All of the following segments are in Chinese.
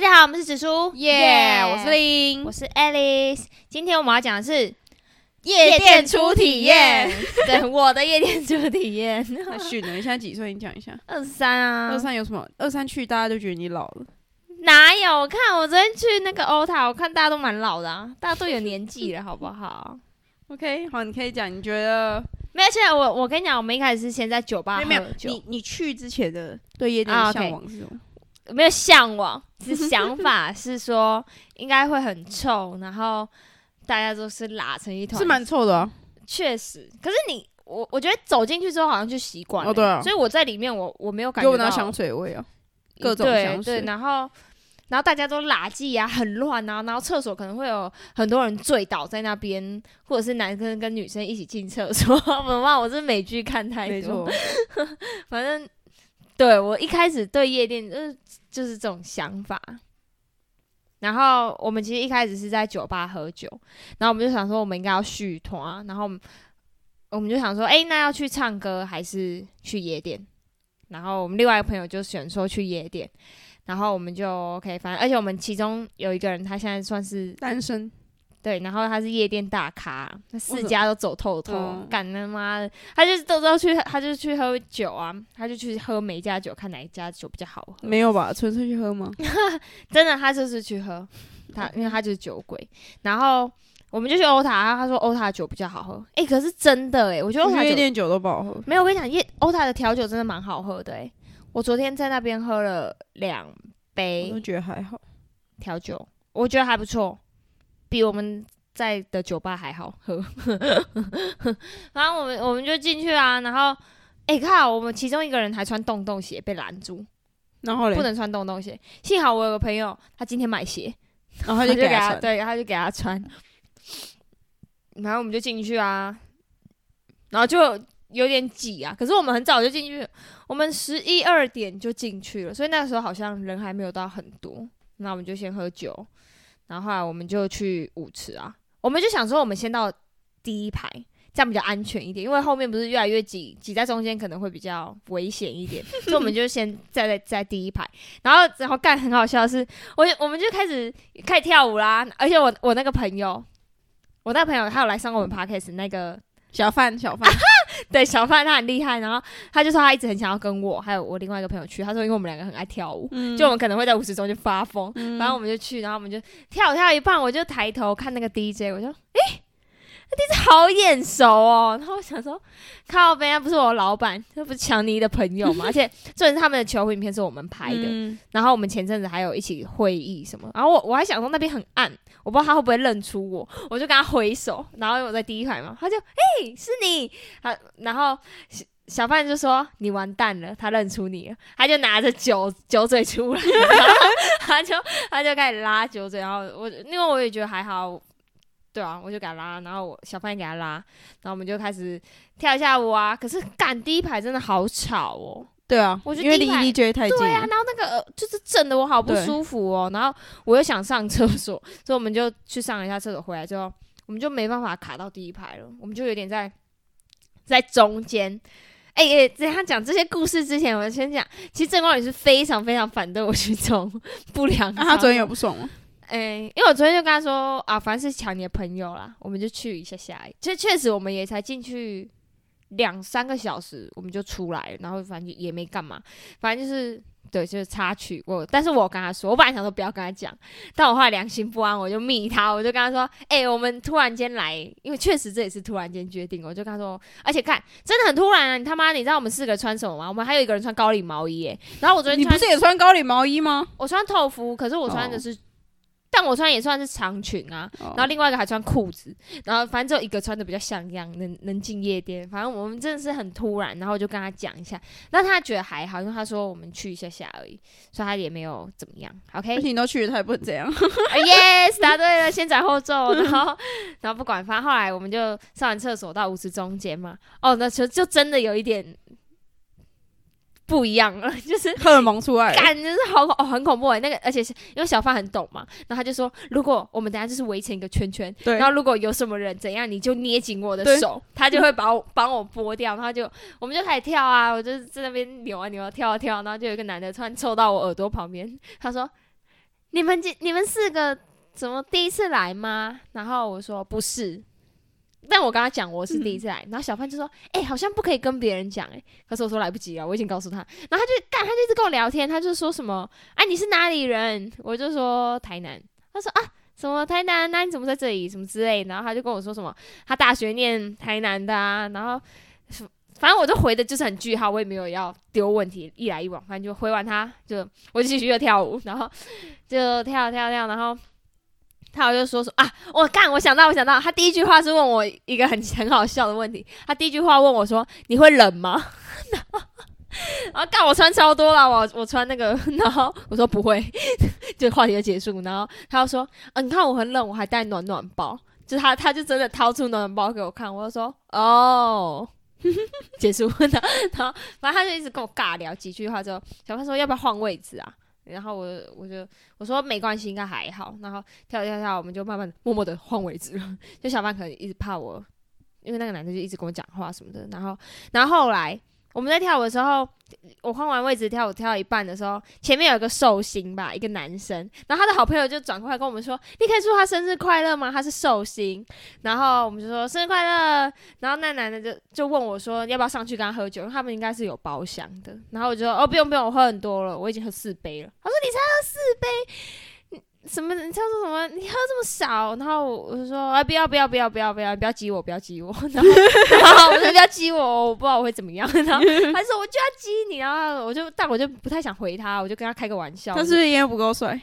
家好，我们是紫苏，耶、我是我 林，是 Alice。今天我们要讲的是夜店初体验。， 对，我的夜店初体验，那训了，你现在几岁？你讲一下。二十三二啊，三有什么？二三去大家都觉得你老了，哪有？我看我昨天去那个欧塔，我看大家都蛮老的、啊，大家都有年纪了，好不 好？ OK，好，你可以讲，你觉得没有，现在我我跟你讲，我们一开始是先在酒吧没啊喝有没有？酒，你你去之前的对夜店啊的，OK 向往是什么？没有向往，只是想法是说应该会很臭，然后大家都是拉成一团，是蛮臭的、啊，确实。可是你我我觉得走进去之后好像就习惯了，哦对啊所以我在里面我我没有感给我觉到拿香水味啊！各种对香水对，然后。然后大家都拉圾啊，很乱啊，然后厕所可能会有很多人醉倒在那边，或者是男生跟女生一起进厕所。 我妈，我是美剧看太没多，错，反正对我一开始对夜店就是就是这种想法。然后我们其实一开始是在酒吧喝酒，然后我们就想说我们应该要续团，啊然后我们我们就想说，哎，那要去唱歌还是去夜店？然后我们另外一个朋友就选说去夜店，然后我们就 OK，反正而且我们其中有一个人他现在算是 单身对，然后他是夜店大咖，那为四什么家都走透透嗯，干他妈的，他就是都都去，他就去喝酒啊，他就去喝每一家酒，看哪一家酒比较好喝。没有吧？纯粹去喝吗？真的，他就是去喝，他因为他就是酒鬼。然后我们就去欧塔，然后他说欧塔酒比较好喝。诶，可是真的诶，我觉得我欧觉塔得夜酒店酒都不好喝，没有，我跟你讲，夜欧塔的调酒真的蛮好喝的诶，我昨天在那边喝了两我杯都觉得还好。调酒，我觉得还不错，比我们在的酒吧还好喝。 然后我们我们就进去啊，然后哎、靠，我们其中一个人还穿洞洞鞋被拦住，然后嘞不，能穿洞洞鞋。幸好我有个朋友，他今天买鞋，然后他 就就给给他他穿对，他就给他穿。然后我们就进去啊，然后就有点挤啊，可是我们很早就进去，我们十一二点就进去了，所以那时候好像人还没有到很多。那我们就先喝酒，然后后来我们就去舞池啊，我们就想说我们先到第一排，这样比较安全一点，因为后面不是越来越挤，挤在中间可能会比较危险一点，所以我们就先在在在第一排，然后然后干很好笑的是，我就我们就开始开始跳舞啦，而且我我那个朋友，我那个朋友他有来上过我们 podcast 那个 小贩小贩，对，小范他很厉害，然后他就说他一直很想要跟我还有我另外一个朋友去，他说因为我们两个很爱跳舞，嗯就我们可能会在舞池中间发疯，嗯反正我们就去，然后我们就跳跳一半，我就抬头看那个 DJ，我就诶，那 DJ 好眼熟哦，然后我想说靠呗，那不是我老板，那不是强尼的朋友嘛，而且重点是他们的球影片是我们拍的，嗯然后我们前阵子还有一起会议什么，然后我我还想说那边很暗，我不知道他会不会认出我，我就跟他挥手，然后我在第一排嘛，他就嘿、是你，他然后小小范就说你完蛋了，他认出你了，他就拿着酒酒嘴出来，然后他就他就开始拉酒嘴，然后我因为我也觉得还好。对啊，我就给他拉，然后我小范也给他拉，然后我们就开始跳一下舞啊。可是赶第一排真的好吵哦，对啊，我觉得因为第离一排 DJ 太近对啊了，，然后那个呃就是震得我好不对舒服哦，然后我又想上厕所， 所以我们就去上了一下厕所，回来之后我们就没办法卡到第一排了，我们就有点在在中间。哎、哎，在、他讲这些故事之前，我先讲，其实郑光宇是非常非常反对我去这种 不良那、场。啊他昨天有不爽吗？哎、因为我昨天就跟他说啊，反正是抢你的朋友啦，我们就去一下下。这确实我们也才进去两三个小时，我们就出来了，然后反正也没干嘛，反正就是对，就是插曲。我但是我有跟他说，我本来想说不要跟他讲，但我后来良心不安，我就密他，我就跟他说，哎、我们突然间来，因为确实这也是突然间决定，我就跟他说，而且看真的很突然啊，你他妈你知道我们四个穿什么吗？我们还有一个人穿高领毛衣、欸， 然后我昨天你穿不是也穿高领毛衣吗？我穿透肤，可是我穿的是，但我穿也算是长裙啊。然然后另外一个还穿裤子，然后反正只有一个穿的比较像样，能能进夜店。反正我们真的是很突然，然后我就跟他讲一下，那他觉得还好，因为他说我们去一下下而已，所以他也没有怎么样。OK，而 且你都去了，他也不能这样。 啊 yes，答对了，先斩后奏。然后，然后不管，反正后来我们就上完厕所到舞池中间嘛。哦，那就就真的有一点不一样了， 就是荷尔蒙出来了，感真是好恐哦，很恐怖哎！那个，而且是因为小范很懂嘛，然后他就说，如果我们等下就是围成一个圈圈，对然后如果有什么人怎样，你就捏紧我的对手，他就会把我帮我拨掉，然后就我们就开始跳啊，我就在那边扭啊扭啊跳啊跳啊，然后就有一个男的突然凑到我耳朵旁边，他说。你们几你们四个怎么第一次来吗？然后我说不是，但我跟他讲我是第一次嗯来，然后小范就说，哎、好像不可以跟别人讲，哎，可是我说来不及了，我已经告诉他，然后他就干，他就一直跟我聊天，他就说什么，哎、你是哪里人？我就说台南，他说啊。什么台南？那你怎么在这里？什么之类的？然后他就跟我说什么，他大学念台南的啊，然后反正我就回的就是很句号，我也没有要丢问题，一来一往，反正就回完他就我就继续又跳舞，然后就跳跳跳，然后他好像就说说啊，我干，我想到我想到，他第一句话是问我一个很很好笑的问题，他第一句话问我说你会冷吗？然后然后干我穿超多了，我我穿那个，然后我说不会， 就话题就结束。然后他又说，嗯、你看我很冷，我还带暖暖包，就他他就真的掏出暖暖包给我看，我就说哦。 结束， 然后然后反正他就一直跟我尬聊几句话之后，小潘说要不要换位置啊？然后我我就我说没关系，应该还好。然后跳跳跳，我们就慢慢默默的换位置了。 就小潘可能一直怕我，因为那个男的就一直跟我讲话什么的。然后然后后来我们在跳舞的时候，我换完位置跳舞跳到一半的时候，前面有一个寿星吧，一个男生，然后他的好朋友就转过来跟我们说：“你可以祝他生日快乐吗？他是寿星。”然后我们就说：“生日快乐。”然后那男的就就问我说要不要上去跟他喝酒，因为他们应该是有包厢的。然后我就说哦不用不用，我喝很多了，我已经喝四杯了。他说你才喝四杯，你什么你叫做什么？你喝这么少？然后我就说啊不要不要不要不要不要，你不要激我不要激我。然后然后我说不要激我，我不知道我会怎么样。然后他说我就要激你，然后我就但我就不太想回他，我就跟他开个玩笑，他是不是因为不够 帅？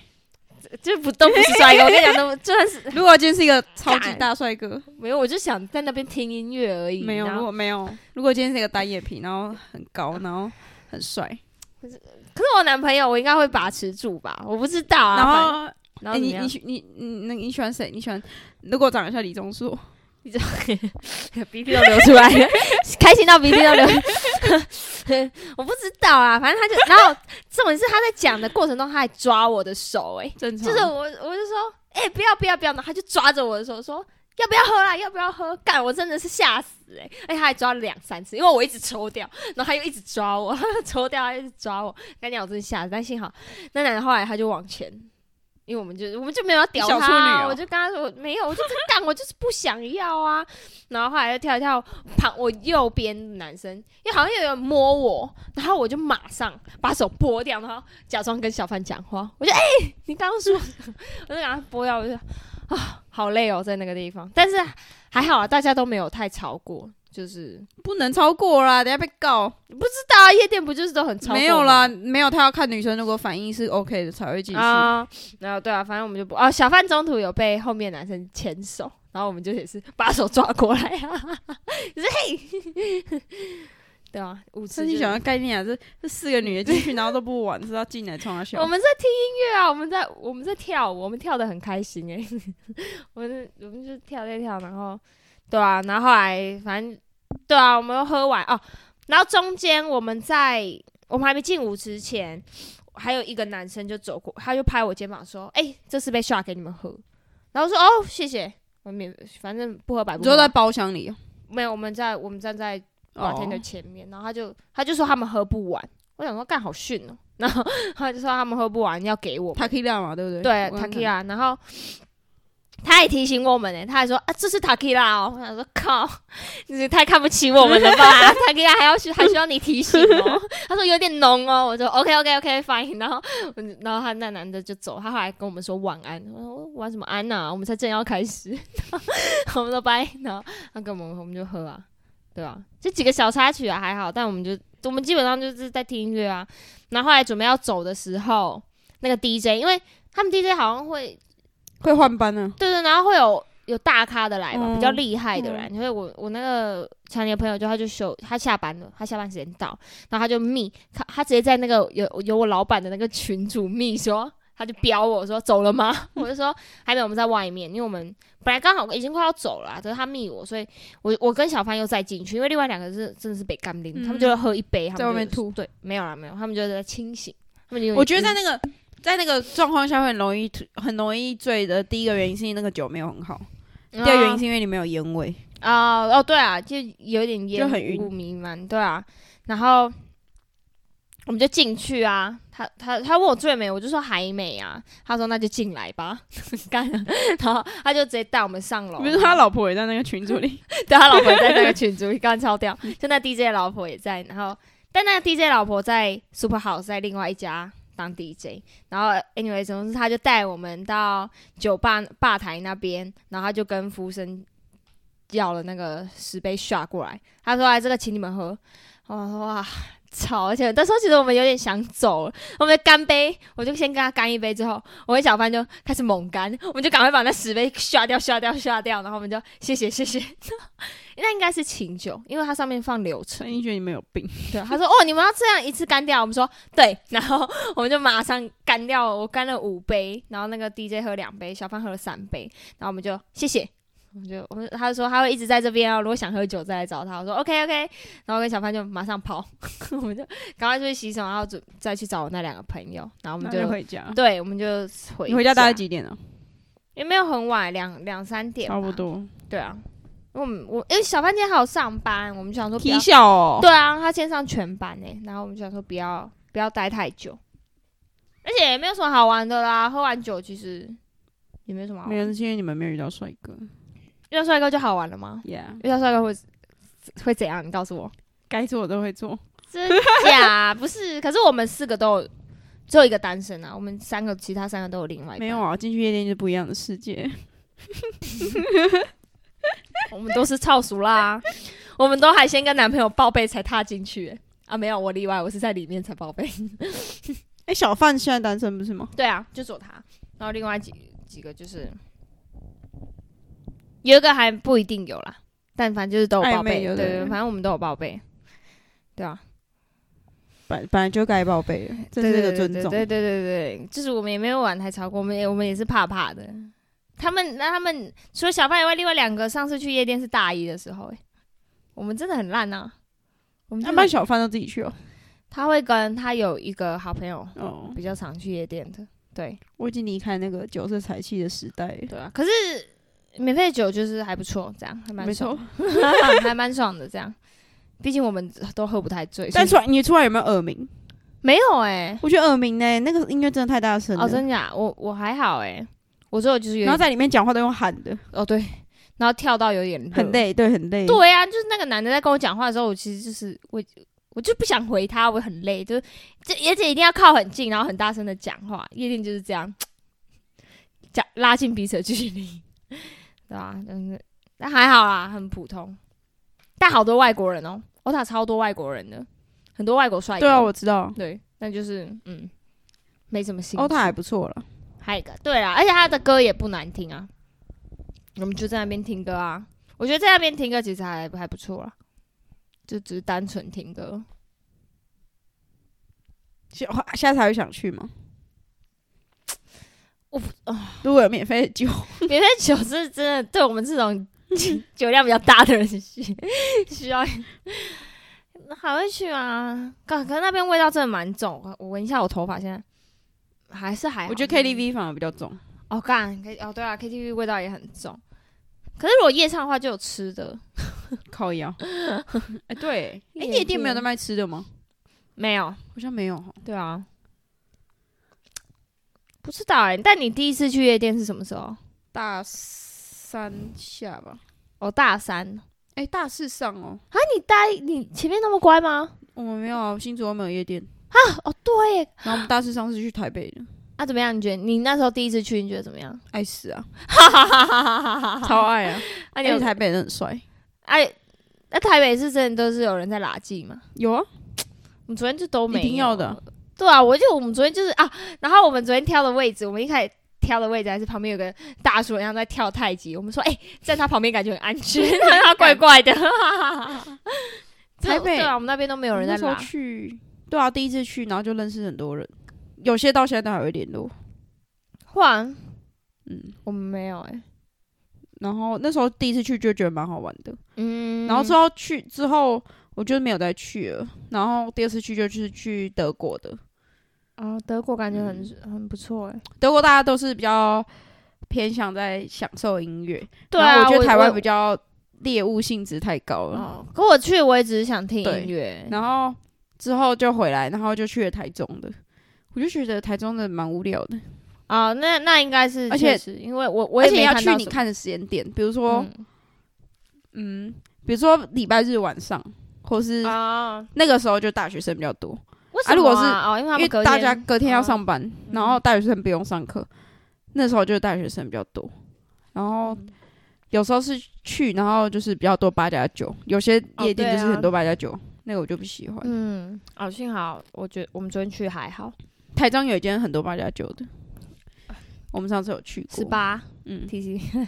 就不都不是帅哥，我跟你讲都就算是如果今天是 一个超级大帅哥，没有，我就想在那边听音乐而已。没有，然如后果没 有，如果今天是一个单眼皮，然后很高，然后很帅，可是我男朋友，我应该会把持住吧？我不知道啊。然反后然哎、后怎么你样 你喜你你那你喜欢谁？你喜欢如果长得像李钟硕，你 这鼻涕都流 出来了，开心到鼻涕都流。 我不知道啊，反正他就，然后重点是他在讲的过程中，他还抓我的手、 欸，正常就是我我就说，哎、不要不要不要，然后他就抓着我的手说。要不要喝啦？要不要喝？干！我真的是吓死哎、欸！而且他还抓了两三次，因为我一直抽掉，然后他又一直抓我， 抽掉他一直抓我，跟你讲我真的吓死。但幸好那男的后来他就往前，因为我们就我们就没有要屌小处他女啊，哦我就跟他说我没有，我就是干，我就是不想要啊。然后后来就跳一跳，旁我右边的男生，因为好像有人摸我，然后我就马上把手拨掉，然后假装跟小范讲话，我就哎、你刚刚说， 我就把他拨掉，我就啊，好累哦，在那个地方，但是还好啊，大家都没有太超过，就是不能超过啦，等下被告。知道啊，夜店不就是都很超过吗没有啦，没有，他要看女生如果反应是 OK 的才会继续。啊，然后对啊，反正我们就不啊，小范中途有被后面男生牵手，然后我们就也是把手抓过来啊， 就是嘿， 对啊，舞这池你就想要概念啊，这这四个女的进去，然后都不玩，是要进来冲他 我笑。们在听音乐啊，我们在我们在跳舞，我们跳的很开心诶、 我们我们就跳跳跳，然后对啊，然后后来反正对啊，我们又喝完哦，然后中间我们在我们还没进舞池前，还有一个男生就走过，他就拍我肩膀说：“哎、这是杯 shot 给你们喝。”然后我说：“哦，谢谢。”我免反正不喝白不你喝就在包厢里没有，我们在我们站在哦 bartender 前面，然后他就他就说他们喝不完，我想说干好逊哦、然后他就说他们喝不完要给我们， ，Takila 嘛，对不对？对我刚刚 t a k i a 然后他还提醒我们呢、他还说啊这是 t a k i a 哦，我想说靠， 你也太看不起我们了吧 t a k i a 还要需还需要你提醒哦， 他说有点浓哦，我就 OK OK OK fine，然后我就然后他那男的就走，他后来跟我们说晚安，我说哦晚什么安啊呐、我们才正要开始， 然后我们说拜，然后他跟我们我们就喝啊，对啊，这几个小插曲啊还好，但我们就我们基本上就是在听音乐啊，然后后来准备要走的时候，那个 DJ 因为他们 DJ 好像会会换班啊呢。对对，然后会有有大咖的来嘛，嗯比较厉害的人。因为我我那个常年朋友就他就休他下班了，他下班时间到，然后他就密他他直接在那个有有我老板的那个群主密说。 他就飙我说走了 吗？我就说还没有，我们在外面，因为我们本来刚好已经快要走了、啊，可是他密我，所以我我跟小帆又再进去，因为另外两个是真的是被干拎，嗯他们就喝一杯，他们在外面就吐对，没有啦没有，他们就在清醒，他们就有点我觉得在那个在那个状况下会很容易很容易醉的。第一个原因是因为那个酒没有很好，第二个原因是因为你没有烟味。啊、哦，对啊，就有点烟就很晕雾弥漫，对啊。然后我们就进去啊，他他他问我醉没，我就说还没啊。他说那就进来吧， 干了。然后他就直接带我们上楼。比如说他老婆也在那个群组 里，对他老婆也在那个群组，干超掉。就那 DJ 的老婆也在，然后但那个 DJ 老婆在 Super House 在另外一家当 DJ，然后 anyway 总之他就带我们到酒吧吧台那边，然后他就跟服务生要了那个十杯 shot 过来，他说：“哎，这个请你们喝。”我说：“哇。”吵，而且那时候其实我们有点想走了，我们干杯，我就先跟他干一杯，之后我跟小范就开始猛干，我们就赶快把那十杯刷掉、刷掉、刷掉，然后我们就谢谢谢 谢，那应该是清酒，因为它上面放柳陈橙。奕迅你们有病，对，他说哦，你们要这样一次干掉，我们说对， 然后我们就马上干掉，我干了五杯，然后那个 DJ 喝两杯，小范喝了三杯，然后我们就谢谢。我们就我们他就说他会一直在这边哦，如果想喝酒再来找他。我说 OK OK，然后我跟小范就马上跑， 我们就赶快出去洗手，然后准再去找我那两个朋友，然后我们那就就回家。对，我们就回你回家大概几点啊？也没有很晚，两两三点吧差不多。对啊，因为我们我因为小范今天还有上班，我们就想说不要踢 笑哦，对啊，他今天上全班呢、欸然后我们就想说不要不要待太久，而且也没有什么好玩的啦。喝完酒其实也没什么好没玩，有，是因为你们没有遇到帅哥。遇到帅哥就好玩了吗？ Yeah，遇到帅哥会会怎样？你告诉我，该做的都会做。真假 不是？可是我们四个都有，只有一个单身啊，我们三个其他三个都有另外一半没有，啊，进去夜店就是不一样的世界。我们都是超熟啦，我们都还先跟男朋友报备才踏进去欸、啊，没有我例外，我是在里面才报备。哎，小范现在单身不是吗？对啊，就只有他，然后另外几几个就是有一个还不一定有啦，但反正就是都有报暧昧备，有对的对，对反正我们都有报备，对啊，本本来就该报备了，这是一个尊重。对对对对对对，就是我们也没有玩太超过，我们也我们也是怕怕的。他们那他们除了小范以外，另外两个上次去夜店是大一的时候、欸，我们真的很烂啊，我们那真卖的小贩都自己去哦。他会跟他有一个好朋友，哦，比较常去夜店的，对我已经离开那个酒色财气的时代了。对啊。可是免费酒就是还不错，这样还蛮没爽错，的， 还蛮爽的这样。毕竟我们都喝不太醉，但是出来你出来有没有耳鸣？没有哎、我觉得耳鸣呢，那个音乐真的太大声了。哦，真假？我我还好哎、我说我就是有然后点在里面讲话都用喊的，哦对，然后跳到有点热很。累，对，很累。对啊，就是那个男的在跟我讲话的时候，我其实就是我我就不想回他，我很累，就是这而且一定要靠很近，然后很大声的讲话，夜店就是这样，讲拉近彼此的距离， 对吧、啊？但是但还好啦，很普通，但好多外国人哦，我打超多外国人的，很多外国帅哥，对啊，我知道。对，但就是嗯，没什么兴趣。欧塔还不错了，还有一个，对啊啦，而且他的歌也不难听啊，我们就在那边听歌啊。我觉得在那边听歌其实还还不错啦，就只是单纯听歌。下下次还会想去吗？我不如果有免费的酒，免费酒是真的对我们这种 酒量比较大的人需需要，还会去啊。可可是那边味道真的蛮重，我闻一下我头发现在还是还好我觉得 KTV 反而比较重。哦，干 K 哦对啊，KTV 味道也很重。可是如果夜唱的话就有吃的，靠 腰。哎， 对，哎，夜夜店没店有在卖吃的吗？没有。好像没有哦。对啊，不知道哎、但你第一次去夜店是什么时候？大三下吧，哦，大三。哎，大四上哦。你大一哎你前面那么乖吗？我们没有啊，新竹都没有夜店。哦，对耶。然后我们大四上是去台北的，那、怎么样？你觉得你那时候第一次去，你觉得怎么 样？爱死啊，哈哈哈哈 哈哈！超爱啊！啊，而你且有台北人很帅，哎，那、台北是真的都是有人在拉近吗？有啊，我们昨天就都没一定有要的。对啊，我就我们昨天就是啊，然后我们昨天挑的位置，我们一开始挑的位置还是旁边有个大叔，然后在跳太极。我们说，哎、在他旁边感觉很安全， 但他怪怪的。台北对啊，我们那边都没有人在那时候拉。去，对啊，第一次去，然后就认识很多人，有些到现在都还会联络。换嗯，我们没有哎、然后那时候第一次去就觉得蛮好玩的，嗯然后之后去之后我就没有再去了，然后第二次去就是去德国的，哦，德国感觉很、很不错哎、德国大家都是比较偏向在享受音乐，对然啊，后我觉得台湾比较较猎物性质太高了，哦，可我去我也只是想听对音乐。然后之后就回来，然后就去了台中的。我就觉得台中的蛮无聊的，啊，那那应该是，而确且实因为我我而也且没要看去到你什么看的时间点，比如说，嗯嗯，比如说礼拜日晚上，或是啊，那个时候就大学生比较多，为啊什如么果啊？是哦，因为他因为们隔大家天隔天要哦上班，然后大学生不用上课，那时候就是大学生比较多，然后嗯有时候是去，然后就是比较多八加九，有些哦夜店对就啊是很多八加九，那个我就不喜欢。嗯，哦，幸好我觉得我们昨天去还好，台中有一间很多八加九的，我们上次有去过，十？啊八嗯， T C，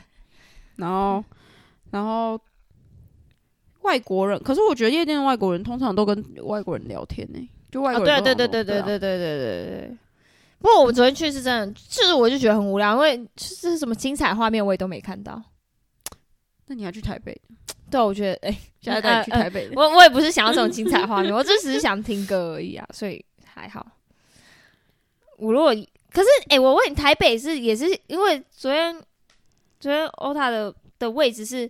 然后然后外国人，可是我觉得夜店的外国人通常都跟外国人聊天呢、就外哦，国对人对通常都、对对对啊对对对对对对。不过我们昨天去是真的，就是我就觉得很无聊，因为就是什么精彩画面我也都没看到。那你还去台北？对，啊我觉得哎，现在带你去呃呃台北的、嗯 我我也不是想要这种精彩画面，我就只是想听歌而已啊，所以还好。我如果可是哎、我问你，台北是也是因为昨天昨天欧塔的的位置是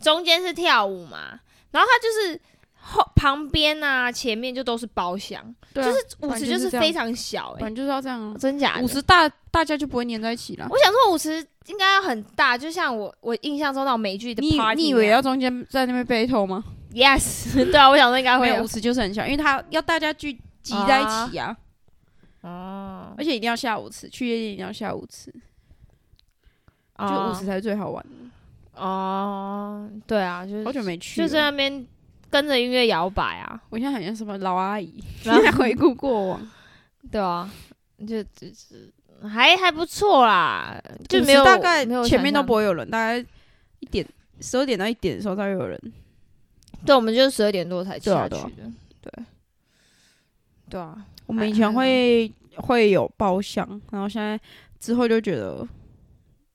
中间是跳舞嘛，然后它就是后旁边啊前面就都是包厢，对啊，就是舞反池正就就是是这样非常小反哎、正就是要这样啊。真假的五十大大家就不会粘在一起了。我想说舞池应该要很大，就像我我印象中那种美剧的你 party，你以为要中间在那边 battle 吗？ yes？对 啊，我想说应该会没有有，五十就是很小，因为他要大家聚集在一起啊，哦，而且一定要下午吃，去夜店一定要下午吃，就哦五十才是最好玩的。哦，对啊，就是好久没去就了，在那边跟着音乐摇摆啊，我现在好像什么老阿姨，然后现在回顾过往，对啊，就就是还还不错啦，就没有50大概没有前面都不会，会有人，大概一点十二点到一点的时候才会有人。对，我们就是十二点多才对啊下去对啊的，对，对啊，我们以前会会有包厢，然后现在之后就觉得，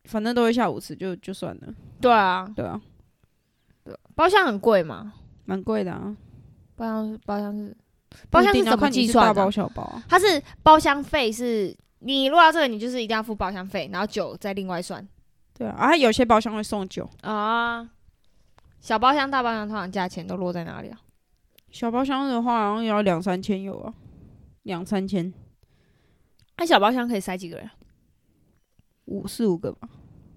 反正都会下午吃，就就算了，对啊，对啊，包厢很贵嘛，蛮贵的啊。包厢包厢是包厢不一是定怎要啊么看你计是算大包的？小包啊、它是包厢费是。你录到这个，你就是一定要付包厢费，然后酒再另外算对啊，啊，有些包厢会送酒，哦啊。小包厢、大包厢通常价钱都落在哪里啊？小包厢的话好像也要两三千有啊，两三千那、小包厢可以塞几个人？五四五个吧。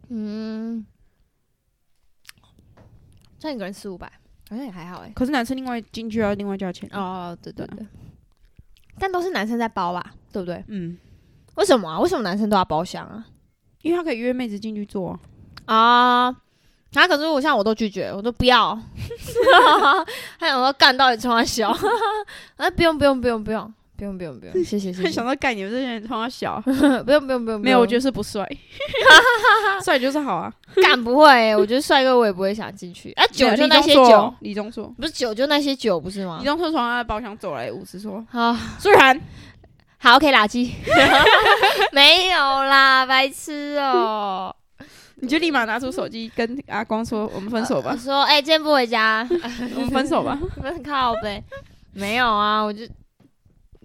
嗯，算一个人四五百，好像也还好哎、可是男生另外进去要另外加钱啊。哦，对对对，但都是男生在包吧，对不对？嗯，为什么啊？为什么男生都要包厢啊？因为他可以约妹子进去坐、 啊，啊、啊！可是我像我都拒绝，我都不要。 他想说干到底冲他 笑，啊不用不用不用不用不用不用不用，谢谢谢 没谢想，到干你们这些人他妈小，不用不用不用，没有，我觉得得是不 帅，帅就是好啊。干不会、欸，我觉得帅哥我也不会想进去啊，酒没有就李那钟些硕酒，，李钟硕，不是酒就那些酒不是吗李？钟硕从他的包厢走来，舞池说啊。：“虽然好，OK，垃 圾，没有啦，白痴哦、你就立马拿出手机跟阿光说，我们分手我吧，说，哎、今天不回家，我们分 手吧。你们很靠呗？没有啊，我就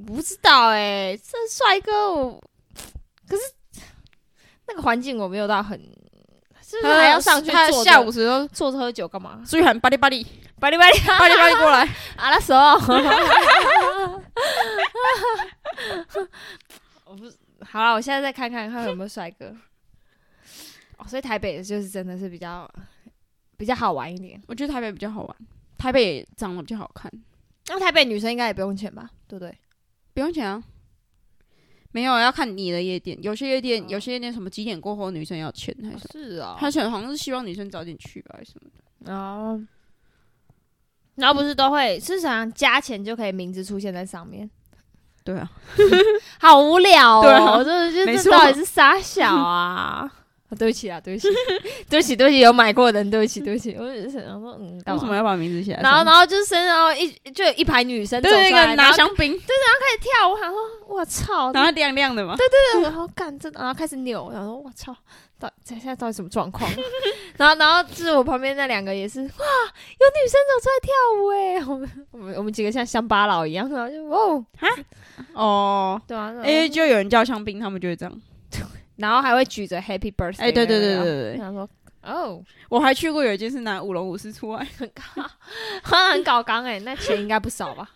不知道哎、这帅哥我，可是那个环境我没有到很，是”不是还要上去呃他坐着下午哎时候，坐着喝酒干 嘛？虽然巴里巴里巴里巴里巴里巴里过来，阿拉手， 我不好了，我现在再看看看有没有帅 哥。哦，所以台北就是真的是比较比较好玩一点。 我觉得台北比较好玩，台北也长得比较好看，那台北女生应该也不用钱吧？对不对？不用钱啊。没有要看你的夜店，有些夜店、有些夜店什么几点过后女生要钱还是什么？是啊他想好像是希望女生早点去吧，还是什么的？哦，然后不是都会市场上加钱就可以名字出现在上面，对啊，好无聊对啊哦！我真的没就错这到底是傻小啊？ 啊对不起啊，对不 起，对不起，对不起，有买过的人，对不起，对不起，我只是想说，嗯，干嘛为啊什么要把名字写在上面？然后，然后就是身上一就有一排女生走出对对，那来，个然拿后香槟，跳舞，我想说，我操，然后亮亮的嘛。这个然后干这，然后开始扭，然后说，我操，到现在到底什么状况啊？ 然后，然后就是我旁边那两个也是，哇，有女生走出来跳舞哎、我们我们我们几个像乡巴佬一样，然后就哦，哦，对啊，哎、哎、就有人叫香槟，他们就会这样。然后还会举着 Happy Birthday，哎、对对对对对对对，想说哦， 我还去过有一间是拿舞龙舞狮出来，很高，欸 很搞刚哎、那钱应该不少吧？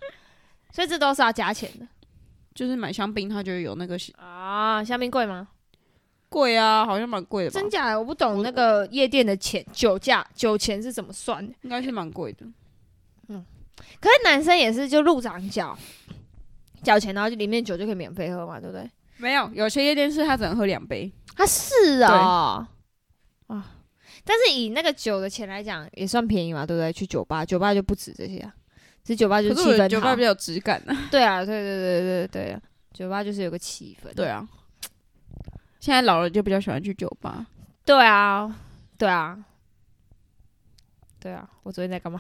所以这都是要加钱的。就是买香槟，它就会有那个啊，香槟贵吗？贵啊，好像蛮贵的吧？真假的？我不懂那个夜店的钱，酒价、酒钱是怎么算的？应该是蛮贵的。可是男生也是就入场缴，缴钱，然后就里面酒就可以免费喝嘛，对不对？没有，有些夜店是他只能喝两杯，啊，是啊、啊，但是以那个酒的钱来讲，也算便宜嘛，对不对？去酒吧，酒吧就不止这些啊，只是酒吧就可是气我氛觉得好，酒吧比较有质感 啊。对啊，对对对对对对啊，酒吧就是有个气氛，对啊，现在老了就比较喜欢去酒吧。对啊，对啊，对啊，我昨天在干嘛？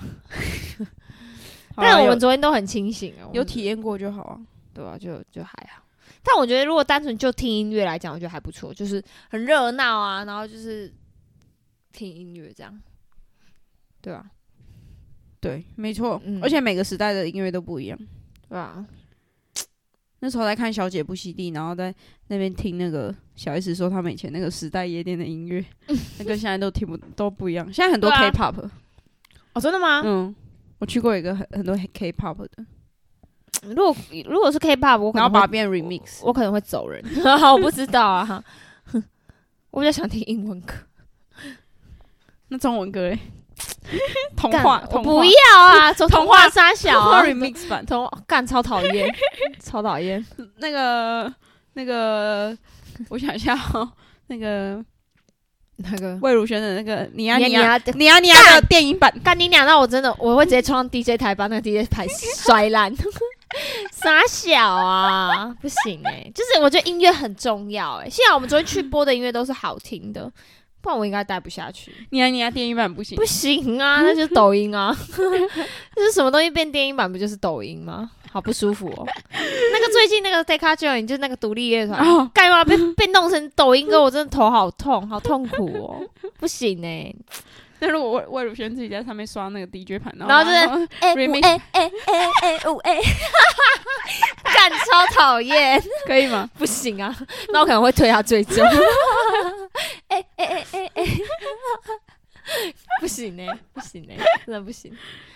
好啦但我有们昨天都很清醒啊，我们有体验过就好啊。对啊，就就还好。但我觉得，如果单纯就听音乐来讲，我觉得还不错，就是很热闹啊，然后就是听音乐这样，对啊吧、对，没错，嗯而且每个时代的音乐都不一样。对吧、啊？那时候在看《小姐不熙娣》，然后在那边听那个小 S 说他们以前那个时代夜店的 音乐，那跟现在都听不都不一样。现在很多对啊 K-pop，、哦，真的吗？嗯，我去过一个很很多 K-pop 的，如果如果是 K-pop，我可嗯然能后把它会变 remix。我可能会走人， 我不知道啊。我比较想听英文歌，那中文歌嘞？欸童干话，我童不话，要啊，从童童话话沙小童话啊， remix 版，童干超讨厌，超讨厌。那个那个，我想一下哦，那个那个魏如萱 的那个你呀你你呀啊，你呀你呀的电影版，干你娘！那我真的我会直接冲上 DJ 台，把那个 DJ 台摔 烂。傻小啊，不行哎、就是我觉得音乐很重要哎、幸好我们昨天去播的音乐都是好听的，不然我应该待不下去。你呀你呀电影版不行不，行 啊，那就是抖音啊，就是什么东西变电音版不就是抖音吗？好不舒服哦。那个最近那个 Deca Join 就是那个独立乐团，哦干嘛被被弄成抖音歌？我真的头好痛，好痛苦哦，不行哎、那如果魏魏如萱自己在上面刷那个 DJ 盘，然后拿就来哎 Remix 哎哎哎哎呜哎，干超讨厌，可以吗？ 不行啊，那我可能会推他追 踪。哎哎哎哎哎，不行呢、不行呢、真的不行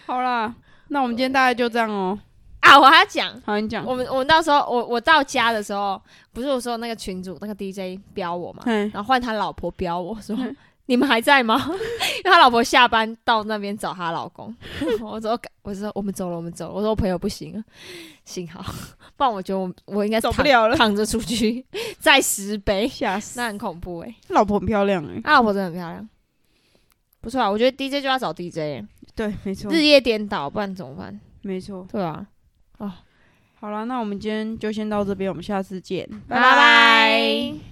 好啦，那我们今天大概就这样哦。啊！我还要讲，好，你讲我。们我们到时候我我到家的时候，不是我说那个群主那个 DJ 标我嘛，嗯，然后换他老婆标我说。你们还在吗？ 因为他老婆下班到那边找她老公。 我说，我说我们走了，我们走了。我说我朋友不行了，幸好， 不然我觉得我我应该走躺不了了躺着出去 再十杯，吓死！那很恐怖哎、欸。老婆很漂亮哎。他老婆真的很漂亮，不错啊。我觉得 DJ 就要找 DJ，、欸、对，没错日夜颠倒，不然怎么办？没错。对啊，好啦，那我们今天就先到这边，我们下次见，拜拜